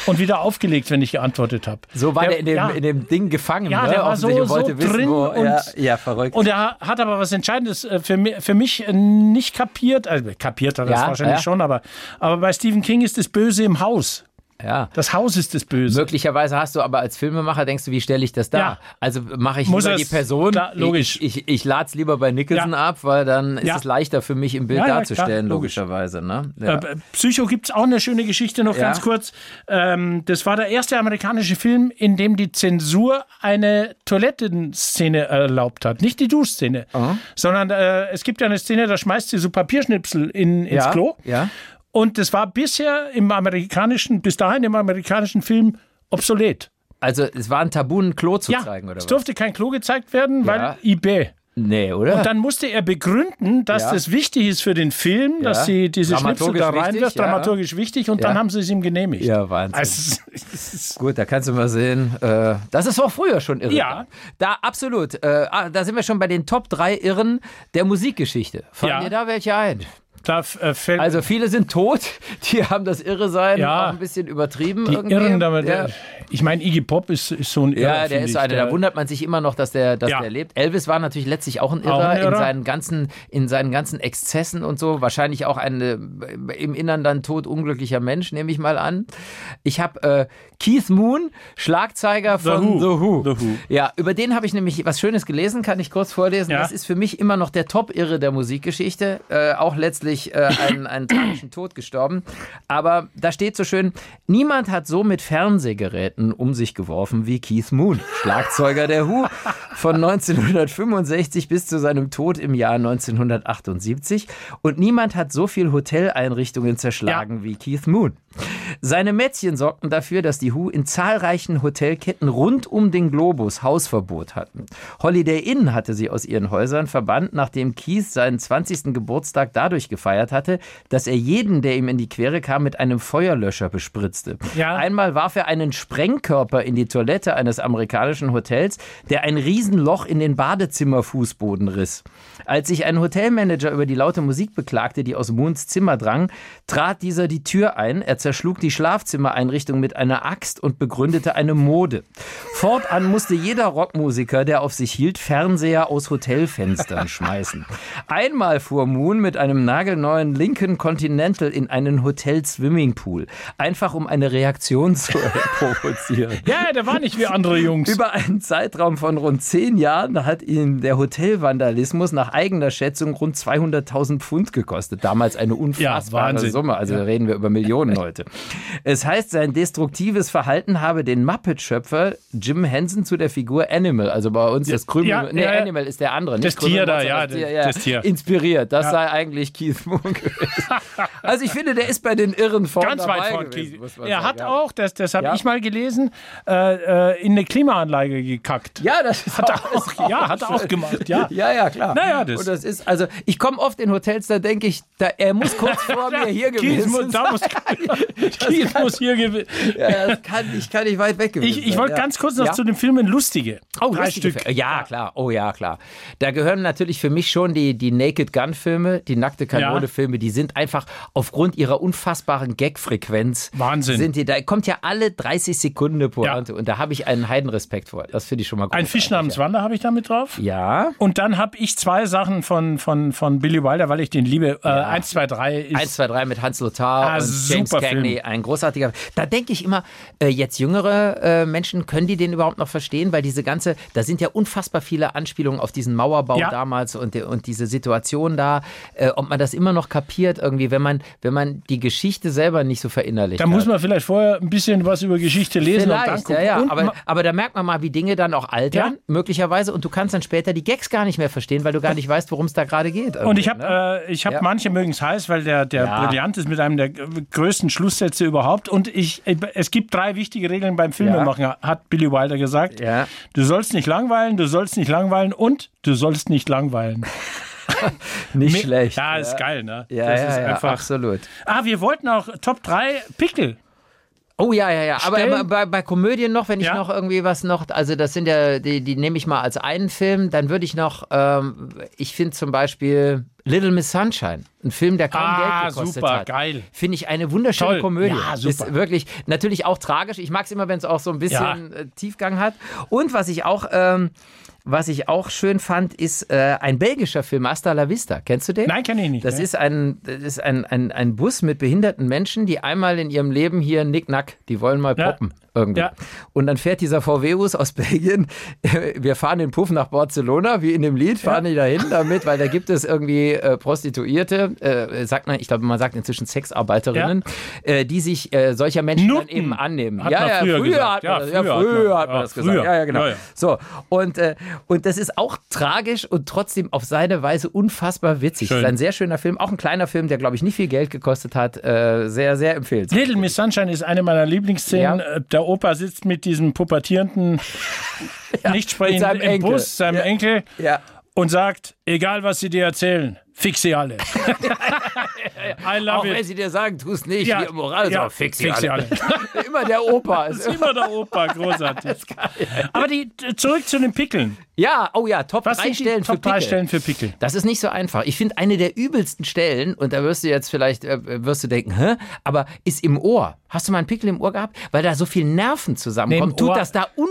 Und wieder aufgelegt, wenn ich geantwortet habe.
so war der, in, dem,
ja.
in dem Ding gefangen.
Ja,
ne?
der war so,
Offensichtlich
so
wollte
drin
wissen, wo,
und,
ja, ja, verrückt.
und er hat aber was Entscheidendes äh, für, mi- für mich äh, nicht kapiert. Also kapiert hat er das
Ja,
wahrscheinlich
ja.
schon, aber, aber bei Stephen King ist das Böse im Haus.
ja.
Das Haus ist das Böse.
Möglicherweise hast du aber als Filmemacher denkst du, wie stelle ich das da?
Ja.
Also mache ich
Muss
lieber
er's-
die Person.
klar, logisch.
Ich, ich, ich lade es lieber bei Nicholson
Ja.
ab, weil dann ist
Ja.
es leichter für mich im Bild
Ja, ja,
darzustellen,
klar, logisch.
logischerweise. Ne? Ja.
Äh, Psycho gibt es auch eine schöne Geschichte noch
Ja.
ganz kurz. Ähm, das war der erste amerikanische Film, in dem die Zensur eine Toilettenszene erlaubt hat. Nicht die Duschszene, sondern äh, es gibt ja eine Szene, da schmeißt sie so Papierschnipsel in, ins
ja,
Klo.
Ja.
Und das war bisher im amerikanischen, bis dahin im amerikanischen Film obsolet.
Also es war ein Tabu, ein Klo zu
Ja,
zeigen, oder
es
was?
durfte kein Klo gezeigt werden, weil
Ja.
IB.
Nee, oder?
Und dann musste er begründen, dass
Ja.
das wichtig ist für den Film, dass sie diese Schnipsel
Dramaturgisch
da reinwirft,
wichtig, ja.
dramaturgisch wichtig, und
Ja.
dann haben sie es ihm genehmigt.
Ja, Wahnsinn.
Also, es ist-
Gut, da kannst du mal sehen, äh, das ist auch früher schon irre.
Ja.
Da absolut. Äh, ah, da sind wir schon bei den Top 3 Irren der Musikgeschichte. Fallen
Ja.
dir da welche ein?
da äh, fällt
Also viele sind tot, die haben das Irresein
Ja.
auch ein bisschen übertrieben.
die
irgendwie.
Irren damit.
ja.
Ich meine, Iggy Pop ist, ist so ein Irrer.
Ja, der
finde
ist
ich.
so einer, da wundert man sich immer noch, dass der, dass
Ja.
der lebt. Elvis war natürlich letztlich auch ein Irrer,
Auch ein Irrer.
In, seinen ganzen, in seinen ganzen Exzessen und so. Wahrscheinlich auch ein äh, im Innern dann tot unglücklicher Mensch, nehme ich mal an. Ich habe äh, Keith Moon, Schlagzeiger von
Who.
The Who.
The Who.
Ja, über den habe ich nämlich was Schönes gelesen, kann ich kurz vorlesen.
Ja.
Das ist für mich immer noch der Top-Irre der Musikgeschichte. Äh, auch letztlich äh, einen, einen tragischen Tod gestorben. Aber da steht so schön: Niemand hat so mit Fernsehgeräten um sich geworfen wie Keith Moon, Schlagzeuger der Who, von 1965 bis zu seinem Tod im Jahr 1978. Und niemand hat so viel Hoteleinrichtungen zerschlagen wie Keith Moon. Seine Mädchen sorgten dafür, dass die Who in zahlreichen Hotelketten rund um den Globus Hausverbot hatten. Holiday Inn hatte sie aus ihren Häusern verbannt, nachdem Keith seinen 20. Geburtstag dadurch gefeiert hatte, dass er jeden, der ihm in die Quere kam, mit einem Feuerlöscher bespritzte.
Ja.
Einmal warf er einen Sprengkörper in die Toilette eines amerikanischen Hotels, der ein Riesenloch in den Badezimmerfußboden riss. Als sich ein Hotelmanager über die laute Musik beklagte, die aus Moons Zimmer drang, trat dieser die Tür ein. Er zerschlug die Schlafzimmereinrichtung mit einer Axt und begründete eine Mode. Fortan musste jeder Rockmusiker, der auf sich hielt, Fernseher aus Hotelfenstern schmeißen. Einmal fuhr Moon mit einem nagelneuen Lincoln Continental in einen Hotel-Swimmingpool, einfach um eine Reaktion zu provozieren.
ja, der war nicht wie andere Jungs.
Über einen Zeitraum von rund zehn Jahren hat ihn der Hotelvandalismus nach eigener Schätzung rund 200.000 Pfund gekostet. Damals eine unfassbare
Wahnsinn.
Summe. Also reden wir über Millionen Leute. Es heißt, sein destruktives Verhalten habe den Muppet-Schöpfer Jim Henson zu der Figur Animal, also bei uns das Krümel,
ja,
nee,
ja, ja.
Animal ist der andere.
Das
nicht Krümel,
Tier da,
sondern
ja, das Tier.
Inspiriert. Das sei eigentlich Keith Moon gewesen. Also ich finde, der ist bei den Irren vorne
Ganz
dabei
weit vorn.
gewesen,
Kies-
muss man
Er
sagen,
hat
ja.
auch, das, das habe
Ja.
ich mal gelesen, äh, äh, in eine Klimaanlage gekackt.
Ja, das ist
hat
auch,
er auch, ja, hat er auch gemacht. Ja.
Ja, ja, klar.
Naja, das-
und das ist, also ich komme oft in Hotels, da denke ich, da, er muss kurz vor mir hier
Kies-
gewesen
da
sein.
muss, Jetzt muss hier gew-
Ja, das kann, ich kann nicht weit weg gewesen
ich ich
sein,
wollte
ja.
ganz kurz noch
Ja.
zu dem Film ein Lustige.
Oh,
Drei
lustige
Stück.
Filme. Ja, klar. Oh, ja, klar. Da gehören natürlich für mich schon die, die Naked Gun-Filme, die nackte Kanone-Filme, die sind einfach aufgrund ihrer unfassbaren Gag-Frequenz.
Wahnsinn.
Sind die, da kommt ja alle 30 Sekunden eine Pointe und da habe ich einen Heidenrespekt vor. Das finde ich schon mal gut.
Ein Fisch namens Wanda habe ich damit drauf.
Ja.
Und dann habe ich zwei Sachen von, von, von Billy Wilder, weil ich den liebe. Äh, eins, zwei, drei ist.
1, 2, 3 mit Hans Lothar
Ah,
und James
super
Cagney,
Film.
ein großartiger. Da denke ich immer, äh, jetzt jüngere äh, Menschen, können die den überhaupt noch verstehen? Weil diese ganze, da sind ja unfassbar viele Anspielungen auf diesen Mauerbau
Ja.
damals und, die- und diese Situation da. Äh, ob man das immer noch kapiert irgendwie, wenn man, wenn man die Geschichte selber nicht so verinnerlicht
da
hat.
muss man vielleicht vorher ein bisschen was über Geschichte lesen und dann
Vielleicht,
gucken.
ja, ja.
Und
Aber,
ma-
aber da merkt man mal, wie Dinge dann auch altern,
Ja.
möglicherweise. Und du kannst dann später die Gags gar nicht mehr verstehen, weil du gar nicht weißt, worum es da gerade geht.
Und
irgendwie,
ich habe,
ne?
äh, ich habe
Ja.
manche mögen es heiß, weil der, der
Ja.
brillant ist mit einem der g- größten Schlusssätze überhaupt. Und ich, äh, es gibt drei wichtige Regeln beim Filmemachen, hat Billy Wilder gesagt.
Ja.
Du sollst nicht langweilen, du sollst nicht langweilen und du sollst nicht langweilen.
nicht schlecht.
Ja, ist geil, ne?
Ja,
das
ja,
ist
ja,
einfach.
absolut.
Ah, wir wollten auch Top 3 Pickel.
Oh ja, ja, ja. Aber
Stellen-
bei- bei, bei Komödien noch, wenn ich
Ja.
noch irgendwie was noch, also das sind ja, die, die nehme ich mal als einen Film, dann würde ich noch, ähm, ich finde zum Beispiel Little Miss Sunshine, ein Film, der kaum
Ah,
Geld gekostet
super,
hat.
geil.
Finde ich eine wunderschöne
Toll.
Komödie.
Ja, super.
Ist wirklich, natürlich auch tragisch. Ich mag es immer, wenn es auch so ein bisschen äh, Tiefgang hat. Und was ich auch, ähm, was ich auch schön fand, ist äh, ein belgischer Film, Hasta la Vista. Kennst du den?
Nein, kenne ich nicht.
Das
ne?
ist, ein, das ist ein, ein, ein Bus mit behinderten Menschen, die einmal in ihrem Leben hier nicknack, die wollen mal
Ja.
poppen irgendwie.
Ja.
Und dann fährt dieser VW-Bus aus Belgien, wir fahren den Puff nach Barcelona, wie in dem Lied, fahren die dahin damit, weil da gibt es irgendwie äh, Prostituierte, äh, sagt man, ich glaube, man sagt inzwischen Sexarbeiterinnen, äh, die sich äh, solcher Menschen
Nutten,
dann eben annehmen.
hat man früher
hat
gesagt.
man
Ja,
das, ja,
früher hat
früher
man-
hat man
ja,
das gesagt.
früher.
Ja, ja, genau.
Ja, ja.
So, und, äh, und das ist auch tragisch und trotzdem auf seine Weise unfassbar witzig.
Schön.
Ist ein sehr schöner Film, auch ein kleiner Film, der, glaube ich, nicht viel Geld gekostet hat. Äh, sehr, sehr empfehlenswert.
Little Miss Sunshine ist eine meiner Lieblingsszenen.
Ja.
Äh, Der Opa sitzt mit diesem pubertierenden, nicht
mit
sprechenden
seinem
im
Enkel.
Bus, seinem Enkel,
Ja.
und sagt: Egal, was sie dir erzählen, fix sie alle. I
Auch
love
wenn
it.
sie dir sagen, tu es nicht,
Ja,
hier Moral,
ja,
ja, fix sie
fix sie
alle. Immer der Opa. Ist immer
Immer der Opa, großartig. Aber die, zurück zu den Pickeln.
ja, oh ja, Top
Was
3
sind die
Stellen für
Top drei
Pickel.
Stellen für Pickel?
Das ist nicht so einfach. Ich finde, eine der übelsten Stellen, und da wirst du jetzt vielleicht, äh, wirst du denken, hä? Aber ist im Ohr. Hast du mal einen Pickel im Ohr gehabt? Weil da so viel Nerven zusammenkommen,
Nee, im
tut
Ohr-
das da unfassbar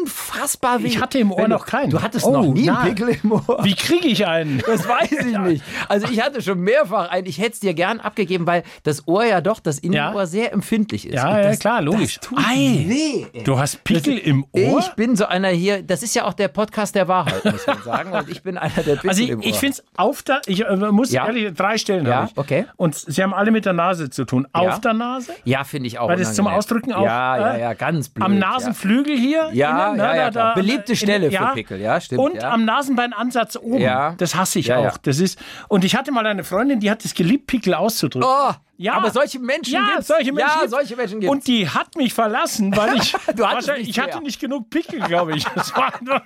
unfassbar weh.
Ich hatte im Ohr
Wenn du,
noch keinen.
Du hattest
Oh,
noch nie
na.
einen Pickel im Ohr.
Wie kriege ich einen?
Das weiß ich nicht. Also ich hatte schon mehrfach einen. Ich hätte es dir gern abgegeben, weil das Ohr ja doch, das Innenohr
Ja.
sehr empfindlich ist.
Ja,
Und
ja,
das,
klar, logisch.
Das tut
Ei.
weh. ey.
Du hast Pickel im Ohr?
Ich bin so einer hier, das ist ja auch der Podcast der Wahrheit, muss man sagen. Und ich bin einer der Pickel
Also ich,
im Ohr.
ich finde es auf der, ich äh, muss
Ja.
ehrlich, drei Stellen
Ja,
habe ich.
okay.
Und sie haben alle mit der Nase zu tun. Auf
Ja.
der Nase,
ja, finde ich auch.
weil das zum
unangenehm.
Ausdrücken auch.
Ja, ja,
äh,
ja, ganz blöd.
Am
ja.
Nasenflügel hier.
Ja,
innen,
ja,
ne,
ja, klar.
da, da,
Beliebte
in-
Stelle für Pickel, ja, stimmt,
Und
ja.
am Nasenbeinansatz oben.
Ja.
Das hasse ich
Ja, ja.
auch. Das ist, und ich hatte mal eine Freundin, die hat es geliebt, Pickel auszudrücken.
Oh,
Ja.
aber solche Menschen
ja,
gibt's.
solche Menschen
ja,
gibt's.
solche Menschen gibt's.
Und die hat mich verlassen, weil ich,
Du hattest
wahrscheinlich-
nichts
ich hatte
mehr.
nicht genug Pickel, glaube ich. Das war nur,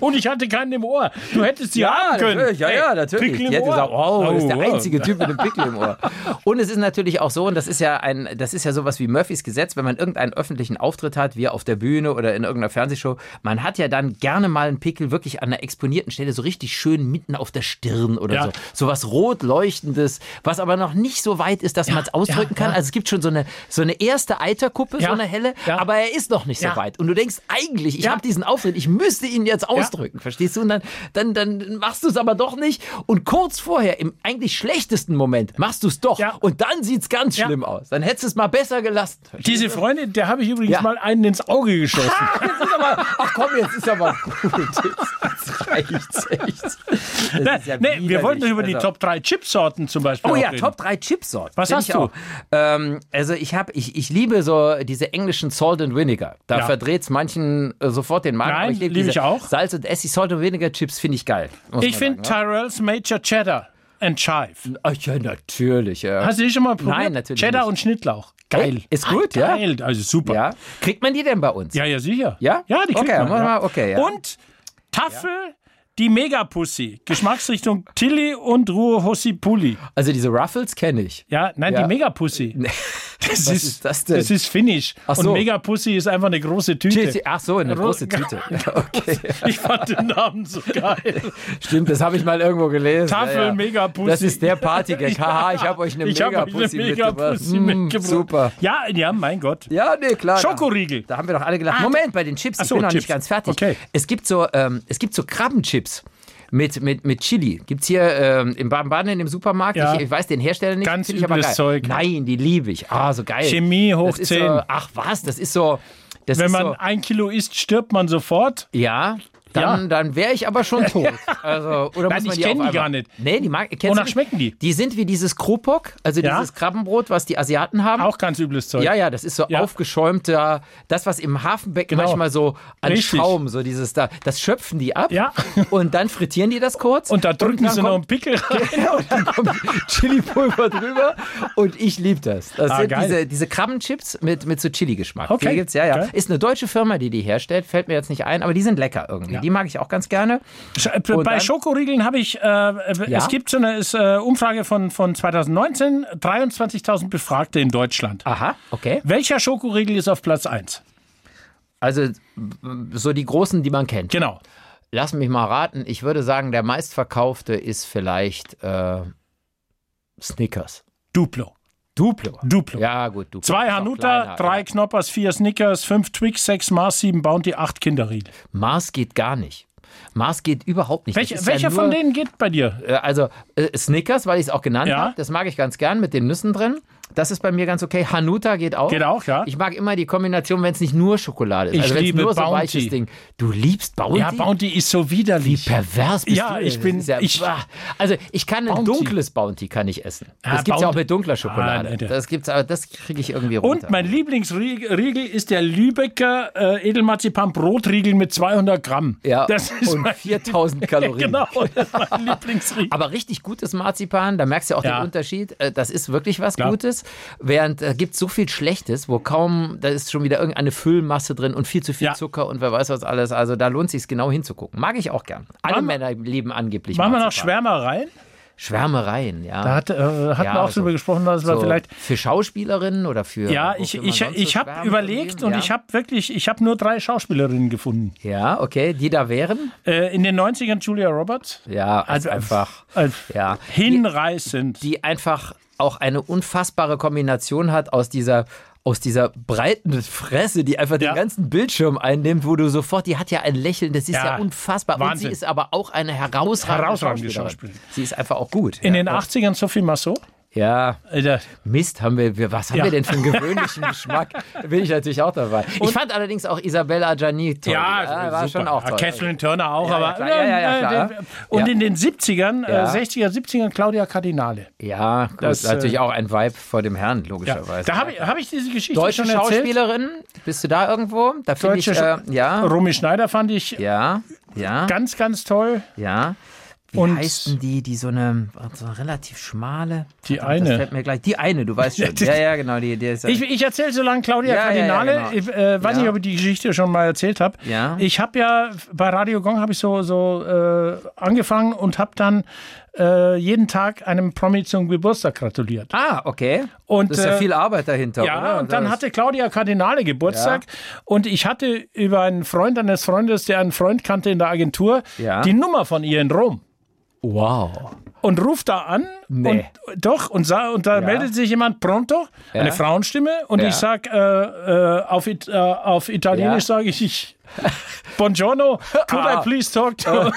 und ich hatte keinen im Ohr. Du hättest sie haben können.
Natürlich, ja,
Ey,
ja, natürlich.
Pickel im
die hätte
Ohr.
gesagt, oh, das ist der
wow.
einzige Typ mit dem Pickel im Ohr. Und es ist natürlich auch so, und das ist ja ein, das ist ja sowas wie Murphys Gesetz, wenn man irgendeinen öffentlichen Auftritt hat, wie auf der Bühne oder in irgendeiner Fernsehshow, man hat ja dann gerne mal einen Pickel wirklich an einer exponierten Stelle, so richtig schön mitten auf der Stirn oder
Ja.
so. So was rot leuchtendes, was aber noch nicht so weit ist, dass man es ausdrücken
ja,
kann.
ja.
Also es gibt schon so eine, so eine erste Eiterkuppe,
Ja,
so eine helle,
ja.
aber er ist noch nicht
Ja.
so weit. Und du denkst eigentlich, ich
Ja.
habe diesen Auftritt, ich müsste ihn jetzt ausdrücken, verstehst du? Und dann, dann, dann machst du es aber doch nicht. Und kurz vorher, im eigentlich schlechtesten Moment, machst du es doch.
Ja.
Und dann sieht es ganz
Ja.
schlimm aus. Dann hättest du es mal besser gelassen.
Diese Freundin, der habe ich übrigens
Ja.
mal einen ins Auge geschossen.
Jetzt ist aber, ach komm, jetzt ist aber gut. Jetzt, jetzt reicht's echt. Das
Ne,
ist ja
nee, wir
widerlich.
wollten doch über die
Also-
Top 3 Chipsorten zum Beispiel.
Oh
auch
ja,
reden.
Top 3 Chipsorten.
Was
Find
hast
ich
du?
auch. Ähm, also ich habe, ich, ich liebe so diese englischen Salt and Vinegar. Da
Ja.
verdreht's manchen äh, sofort den Magen.
Nein,
aber
lieb ich
diese
auch.
Salz und Essig, Salt and Vinegar Chips finde ich geil. muss
Ich
man
finde Tyrell's Major Cheddar and Chive.
sagen. Ach ja, natürlich. Ja.
Hast du die schon mal probiert?
Nein, natürlich
Cheddar
nicht.
und Schnittlauch. Geil.
Ey, ist gut, ja?
Geil, also super.
ja. Kriegt man die denn bei uns?
Ja, ja, sicher.
Ja?
Ja, die kriegt
Okay,
man.
machen wir mal, okay, ja.
Und Tafel, Die Megapussy. Geschmacksrichtung Tilly und Ruhe Hossipulli.
Also diese Ruffles kenne ich.
Ja, nein,
Ja.
die Megapussy. Das
Was ist das denn?
Das ist Finnisch.
Ach
Und
so.
Megapussy ist einfach eine große Tüte.
Ach so, eine
Ro-
große Tüte. Ja, Okay.
Ich fand den Namen so geil.
Stimmt, das habe ich mal irgendwo gelesen.
Tafel Megapussy.
Das ist der Partygag. Haha, ich habe euch eine
Ich hab euch
Megapussy
eine
mitgebracht.
Megapussy
Hm,
mitgebracht.
Super.
Ja, ja, mein Gott.
Ja, nee, klar.
Schokoriegel.
Da haben wir doch alle gedacht.
Ah,
Moment, bei den Chips,
ach
ich
so,
bin noch
Chips.
nicht ganz fertig.
Okay.
Es gibt so, ähm, es gibt so Krabbenchips. Mit, mit, mit Chili. Gibt es hier ähm, im Baden-Baden in dem Supermarkt?
Ja.
Ich, ich weiß den Hersteller nicht.
Ganz
find ich aber
übles
geil.
Zeug.
Nein, die liebe ich. Ah, so geil.
Chemie hoch
Das ist
10.
So, ach was, das ist so. Das
Wenn
ist
man
so,
ein Kilo isst, stirbt man sofort.
Ja, dann,
Ja.
dann wäre ich aber schon tot. Also, oder
Nein,
muss man
ich
die
kenn
auf
die gar
einmal-
nicht.
Nee, die mag, kennst
Wonach
du nicht?
schmecken die?
Die sind wie dieses Kropok, also
Ja.
dieses Krabbenbrot, was die Asiaten haben.
Auch ganz übles Zeug.
ja, ja, das ist so
Ja.
aufgeschäumter, das, was im Hafenbecken
Genau.
manchmal so an
Richtig.
Schaum, so dieses da, das schöpfen die ab
Ja.
und dann frittieren die das kurz.
Und da drücken
dann
sie noch einen
kommt-
Pickel Genau. rein.
Ja, und dann kommt Chili-Pulver drüber und ich liebe das. Das
Ah,
sind
geil.
diese, diese Krabbenchips mit, mit so Chili-Geschmack.
Okay.
Die gibt's, ja, ja.
Geil.
Ist eine deutsche Firma, die die herstellt, fällt mir jetzt nicht ein, aber die sind lecker irgendwie. Die mag ich auch ganz gerne.
Sch- äh, Bei
dann-
Schokoriegeln habe ich, äh, es gibt so eine ist, äh, Umfrage von, von 2019, 23.000 Befragte in Deutschland.
Aha, okay.
Welcher Schokoriegel ist auf Platz 1?
Also m- so die großen, die man kennt.
Genau.
Lass mich mal raten, ich würde sagen, der meistverkaufte ist vielleicht äh, Snickers.
Duplo.
Duplo.
Duplo.
Ja, gut, Duplo.
Zwei
Ist auch
Hanuta,
kleiner,
drei
ja.
Knoppers, vier Snickers, fünf Twix, sechs Mars, sieben Bounty, acht Kinderriegel.
Mars geht gar nicht. Mars geht überhaupt nicht. Das
Welch,
ist ja
welcher
nur-
von denen geht bei dir?
Äh, also äh, Snickers, weil ich es auch genannt
Ja.
habe, das mag ich ganz gern mit den Nüssen drin. Das ist bei mir ganz okay. Hanuta geht auch.
Geht auch, ja.
Ich mag immer die Kombination, wenn es nicht nur Schokolade ist.
Ich
also wenn es
liebe
nur so
Bounty.
weiches Ding. Du liebst Bounty?
ja, Bounty ist so
Wie
widerlich.
pervers bist
Ja,
du?
ich
Das
bin-
ist Ja,
ich-
Ah, also ich kann ein
Bounty.
dunkles Bounty kann ich essen.
Ah,
das gibt's ja auch
Bounty.
mit dunkler
Ah,
Schokolade.
nee, der-
das gibt's, aber das kriege ich irgendwie runter.
Und mein Lieblingsriegel ist der Lübecker äh, Edelmarzipan Brotriegel mit 200 Gramm.
ja,
das ist
und
mein
4000 Kalorien.
Genau, das ist mein Lieblingsriegel.
Aber richtig gutes Marzipan, da merkst du auch
Ja.
den Unterschied. Äh, Das ist wirklich was
Klar.
Gutes. Während da gibt so viel Schlechtes, wo kaum, da ist schon wieder irgendeine Füllmasse drin und viel zu viel
Ja.
Zucker und wer weiß was alles. Also da lohnt sich genau hinzugucken. Mag ich auch gern. Alle
Machen wir-
Männer lieben angeblich.
Machen wir noch
Marzipan.
Schwärmereien?
Schwärmereien, ja.
Da hat, äh, hatten
Ja,
wir auch
so-
drüber gesprochen, dass wir
so äh,
vielleicht.
für Schauspielerinnen oder für.
Ja,
wofür
ich,
man
ich,
sonst so
ich
schwärmt
habe überlegt
irgendwie?
und
ja.
ich habe wirklich, ich habe nur drei Schauspielerinnen gefunden.
Ja, okay, die da wären.
Äh, in den 90ern Julia Roberts.
Ja, also einfach.
Also,
Ja.
hinreißend.
die einfach auch eine unfassbare Kombination hat aus dieser aus dieser breiten Fresse, die einfach
Ja.
den ganzen Bildschirm einnimmt, wo du sofort, die hat ja ein Lächeln, das ist ja,
Ja,
unfassbar.
Wahnsinn.
Und sie ist aber auch eine herausragende,
Herausragende
Schauspielerin.
Schauspielerin.
Sie ist einfach auch gut.
in
ja.
den 80ern Sophie Massot.
ja,
Äh, da-
Mist, haben wir, wir was haben
Ja.
wir denn für einen gewöhnlichen Geschmack? Bin ich natürlich auch dabei. ich fand allerdings auch Isabella Gianni toll. war
super.
schon auch toll.
Ja, Kathleen Ah, Turner auch,
Ja, ja,
aber.
klar. Ja, ja, ja,
äh,
klar.
den- und
Ja.
in den 70ern,
Ja.
äh, 60er, 70ern Claudia Cardinale.
ja, gut,
Das, äh,
natürlich auch ein Vibe vor dem Herrn,
Ja.
logischerweise.
Da habe ich, hab ich diese Geschichte
Deutsche
schon erzählt.
Schauspielerin, bist du da irgendwo? Da finde ich,
Deutsche
äh,
Schau-
ja,
Romy Schneider fand ich
ja, ja,
ganz, ganz toll.
ja. Wie
Und-
heißen die, die so eine, so eine relativ schmale?
Die
Verdammt, Das
eine.
fällt mir gleich. Die eine, du weißt schon. ja, ja, genau. Die, die ist,
Ich, ich erzähle so lange Claudia
Ja, ja, ja, genau.
Cardinale. Ich äh, weiß
Ja.
nicht, ob ich die Geschichte schon mal erzählt habe.
Ja.
Ich habe ja bei Radio Gong habe ich so, so äh, angefangen und habe dann äh, jeden Tag einem Promi zum Geburtstag gratuliert.
ah, okay.
Und,
das ist ja
äh,
viel Arbeit dahinter.
Ja,
oder?
und dann
Das-
hatte Claudia Cardinale Geburtstag und ich hatte über einen Freund eines Freundes, der einen Freund kannte in der Agentur,
Ja.
die Nummer von ihr in Rom.
Wow.
Und ruft da an
Nee.
und doch und, sah, und da meldet sich jemand pronto, eine Frauenstimme und
Ja.
ich sag äh, äh, auf, It, äh, auf Italienisch sage ich, ich Buongiorno, could
Ah.
I please talk to
Oh,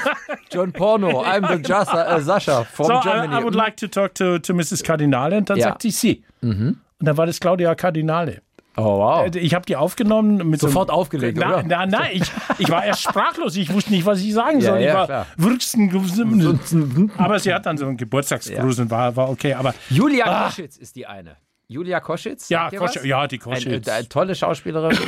John Porno, I'm the Jasa, äh, Sascha from
so, I,
Germany.
I would like to talk to, to Mrs. Cardinale und dann
Ja. Mhm.
sagt sie sie. Und dann war das Claudia Cardinale. Also,
oh, wow.
Ich habe die aufgenommen mit
Sofort
so einem-
aufgelegt,
na,
oder?
Na, na, ich, ich war erst sprachlos. Ich wusste nicht, was ich sagen
Ja,
soll.
ja,
ich war
klar.
würgsten. Aber sie hat dann so einen Geburtstagsgruß und war, war okay. Aber
Julia Koschitz ist die eine. Julia Koschitz.
Ah. Ja,
sagt ihr
Kosch,
was?
ja die
Eine,
Koschitz.
äh, eine tolle Schauspielerin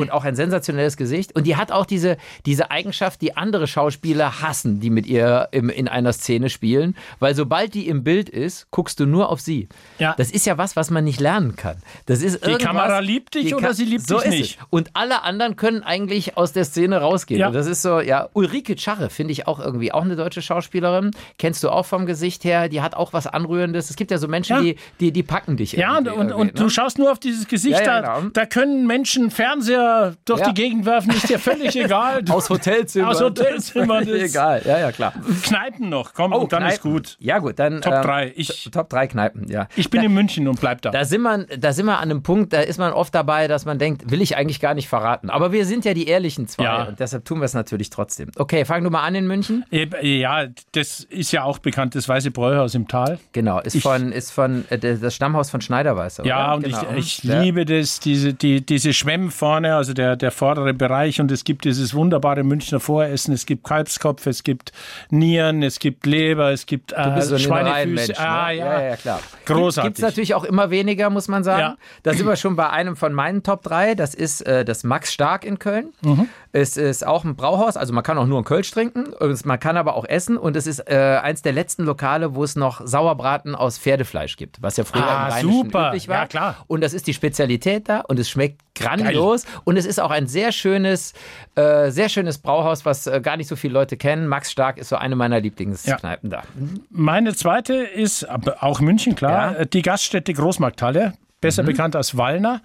und auch ein sensationelles Gesicht. Und die hat auch diese, diese Eigenschaft, die andere Schauspieler hassen, die mit ihr im, in einer Szene spielen. Weil sobald die im Bild ist, guckst du nur auf sie.
Ja.
Das ist ja was, was man nicht lernen kann. Das ist irgendwas,
Kamera liebt dich oder
Ka-
sie liebt
so
dich
ist
nicht.
Es. Und alle anderen können eigentlich aus der Szene rausgehen.
Ja.
Und das ist so, ja, Ulrike Czarre finde ich auch irgendwie auch eine deutsche Schauspielerin. Kennst du auch vom Gesicht her, die hat auch was Anrührendes. Es gibt ja so Menschen,
Ja.
Die, die, die packen dich
Ja, und,
irgendwie,
und,
irgendwie,
und
ne?
du schaust nur auf dieses Gesicht,
Ja, ja,
da,
genau.
da können Menschen Fernseher durch
Ja.
die Gegend werfen, ist dir völlig egal.
Aus Hotelzimmern.
Aus Hotelzimmern,
Das ist
das-
egal, ja, ja, klar.
Kneipen noch, komm, und dann ist
Oh, Kneipen.
gut.
Ja, gut, dann.
Top
ähm,
drei. Ich-
Top 3 Kneipen, ja.
Ich bin in München und bleib da.
Da sind, wir, da sind wir an einem Punkt, da ist man oft dabei, dass man denkt, will ich eigentlich gar nicht verraten. Aber wir sind ja die ehrlichen zwei
Ja.
und deshalb tun wir es natürlich trotzdem. Okay, fang du mal an in München.
Äh, Ja, das ist ja auch bekannt, das Weiße Bräuhaus im Tal.
Genau, ist von, ist von äh, der- das Stammhaus von Schneiderweißer.
Ja,
oder?
und
genau.
ich, ich
Ja.
liebe das, diese, die, diese Schwämme vorne, also der, der vordere Bereich. Und es gibt dieses wunderbare Münchner Voressen. Es gibt Kalbskopf, es gibt Nieren, es gibt Leber, es gibt äh,
Du bist so ein
Schweinefüße.
Mineralienmensch, ne?
ah, ja.
ja, ja, klar.
Großartig.
Gibt es natürlich auch immer weniger, muss man sagen.
Ja.
Da sind wir schon bei einem von meinen Top 3. Das ist äh, das Max Stark in Köln.
Mhm.
Es ist auch ein Brauhaus, also man kann auch nur einen Kölsch trinken, und man kann aber auch essen. Und es ist äh, eins der letzten Lokale, wo es noch Sauerbraten aus Pferdefleisch gibt, was ja früher
Ah,
im Rheinischen
super.
üblich war.
Ja, klar.
Und das ist die Spezialität da und es schmeckt grandios. Und es ist auch ein sehr schönes, äh, sehr schönes Brauhaus, was äh, gar nicht so viele Leute kennen. Max Stark ist so eine meiner Lieblingskneipen da.
Meine zweite ist aber auch München, klar. äh,
Ja. Mhm.
Die Gaststätte Großmarkthalle, besser bekannt als Wallner.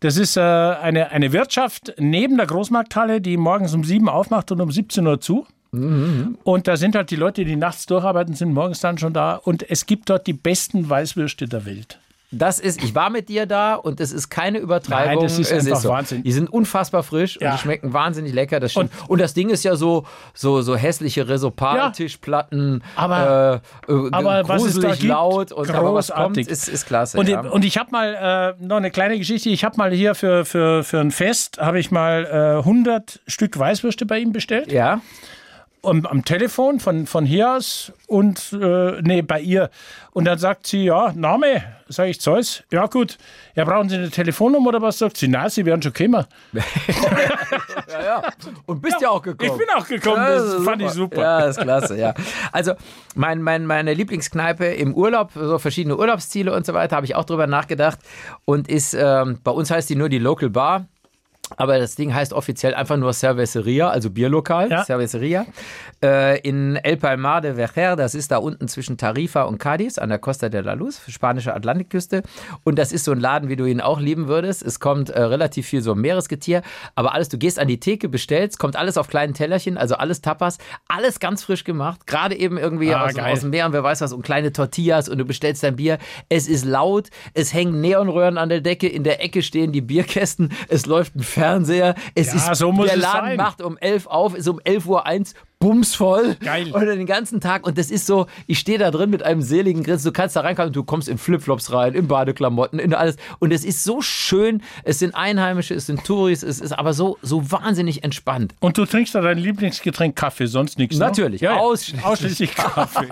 Das ist äh, eine, eine Wirtschaft neben der Großmarkthalle, die morgens um sieben aufmacht und um 17 Uhr zu.
Mhm.
Und da sind halt die Leute, die nachts durcharbeiten, sind morgens dann schon da. Und es gibt dort die besten Weißwürste der Welt.
Das ist, ich war mit dir da und es ist keine Übertreibung.
Nein, das ist
es
einfach
so.
Wahnsinn.
Die sind unfassbar frisch
Ja.
und die schmecken wahnsinnig lecker. Das stimmt. Und, das Ding ist ja so, so, so hässliche
Ja.
Resopal-Tischplatten,
Aber-
äh, äh,
aber was es da
gruselig
gibt,
laut und aber was kommt,
großartig.
ist, ist klasse.
Und,
ja.
und ich habe mal äh, noch eine kleine Geschichte. Ich habe mal hier für, für, für ein Fest, habe ich mal äh, 100 Stück Weißwürste bei ihm bestellt.
ja,
am, am Telefon von, von hier aus und äh, nee, bei ihr. Und dann sagt sie, ja, Name, sage ich Zeus. Ja, gut. Ja, brauchen Sie eine Telefonnummer oder was? Sagt sie, na, Sie werden schon kommen.
und bist ja, auch gekommen.
Ich bin auch gekommen, das
ist
fand ich super.
Ja, ist klasse, ja. Also, mein, mein, meine Lieblingskneipe im Urlaub, so verschiedene Urlaubsziele und so weiter, habe ich auch drüber nachgedacht. Und ist, ähm, bei uns heißt die nur die Local Bar. Aber das Ding heißt offiziell einfach nur Cerveceria, also Bierlokal,
Ja.
Cerveceria. Äh, in El Palmar de Vejer, das ist da unten zwischen Tarifa und Cadiz an der Costa de la Luz, spanische Atlantikküste. Und das ist so ein Laden, wie du ihn auch lieben würdest. Es kommt äh, relativ viel so Meeresgetier, aber alles, du gehst an die Theke, bestellst, kommt alles auf kleinen Tellerchen, also alles Tapas, alles ganz frisch gemacht, gerade eben irgendwie
Ah,
aus,
geil.
aus dem Meer und wer weiß was und kleine Tortillas und du bestellst dein Bier. Es ist laut, es hängen Neonröhren an der Decke, in der Ecke stehen die Bierkästen, es läuft ein Fernseher, es
Ja,
ist
so muss
der
es
Laden
sein.
macht um 11 auf, ist um 11.01 Uhr bumsvoll
Geil.
und den ganzen Tag und das ist so, ich stehe da drin mit einem seligen Grinsen, du kannst da reinkommen, du kommst in Flipflops rein, in Badeklamotten, in alles und es ist so schön, es sind Einheimische, es sind Touris, es ist aber so, so wahnsinnig entspannt.
Und du trinkst da dein Lieblingsgetränk Kaffee, sonst nichts.
Natürlich,
ne?
ausschließlich.
ausschließlich Kaffee.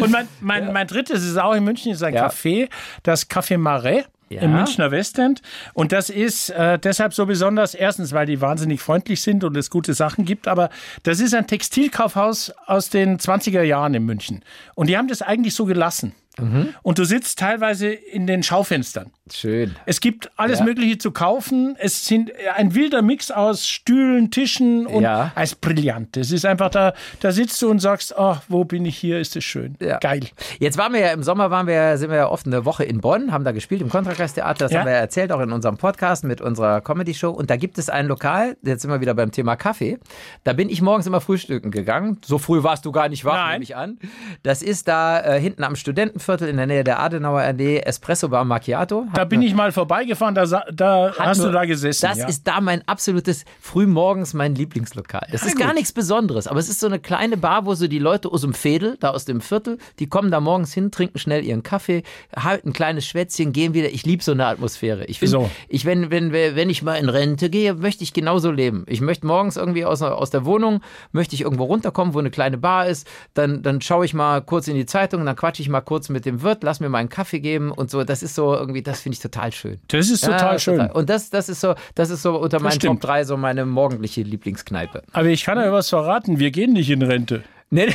Und mein, mein, mein drittes ist auch in München, ist ein
Ja.
Café, das Café Marais.
Ja.
Im Münchner Westend. Und das ist äh, deshalb so besonders, erstens, weil die wahnsinnig freundlich sind und es gute Sachen gibt, aber das ist ein Textilkaufhaus aus den 20er Jahren in München. Und die haben das eigentlich so gelassen.
Mhm.
Und du sitzt teilweise in den Schaufenstern.
Schön.
Es gibt alles
Ja.
Mögliche zu kaufen. Es sind äh, ein wilder Mix aus Stühlen, Tischen und
Ja.
es ist brillant. Es ist einfach da, da sitzt du und sagst, ach, wo bin ich hier? Ist es schön.
Ja.
Geil.
Jetzt waren wir ja im Sommer, waren wir, sind wir ja oft eine Woche in Bonn, haben da gespielt im Kontrakreistheater. Das
Ja.
haben wir ja erzählt, auch in unserem Podcast mit unserer Comedy-Show. Und da gibt es ein Lokal, jetzt sind wir wieder beim Thema Kaffee. Da bin ich morgens immer frühstücken gegangen. So früh warst du gar nicht wach,
Nein.
nehme ich an. Das ist da äh, hinten am Studentenviertel in der Nähe der Adenauer Allee, Espresso Bar Macchiato.
Da bin ich mal vorbeigefahren, da, sa- da
Hat
hast
nur-
du da gesessen.
Das
ja.
ist da mein absolutes frühmorgens mein Lieblingslokal. Das ist gar nichts Besonderes, aber es ist so eine kleine Bar, wo so die Leute aus dem Fädel, da aus dem Viertel, die kommen da morgens hin, trinken schnell ihren Kaffee, halten ein kleines Schwätzchen, gehen wieder. Ich liebe so eine Atmosphäre. Ich finde,
So.
ich wenn wenn wenn ich mal in Rente gehe, möchte ich genauso leben. Ich möchte morgens irgendwie aus aus der Wohnung möchte ich irgendwo runterkommen, wo eine kleine Bar ist, dann dann schaue ich mal kurz in die Zeitung, dann quatsche ich mal kurz mit mit dem Wirt, lass mir mal einen Kaffee geben und so. Das ist so irgendwie, das finde ich total schön.
Das ist
Ja,
total schön.
Und das, das ist so, das ist so unter meinen
stimmt.
Top 3 so meine morgendliche Lieblingskneipe.
Aber ich kann euch was verraten, wir gehen nicht in Rente.
Nee,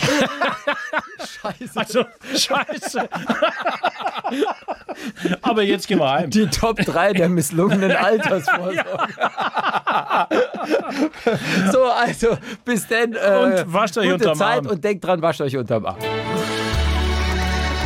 Also, scheiße. Aber jetzt gehen wir heim.
die Top 3 der misslungenen Altersvorsorge. so, also, bis denn. Äh,
Und wascht euch
gute
unterm
Zeit
Arm.
und denkt dran, wascht euch unterm Arm.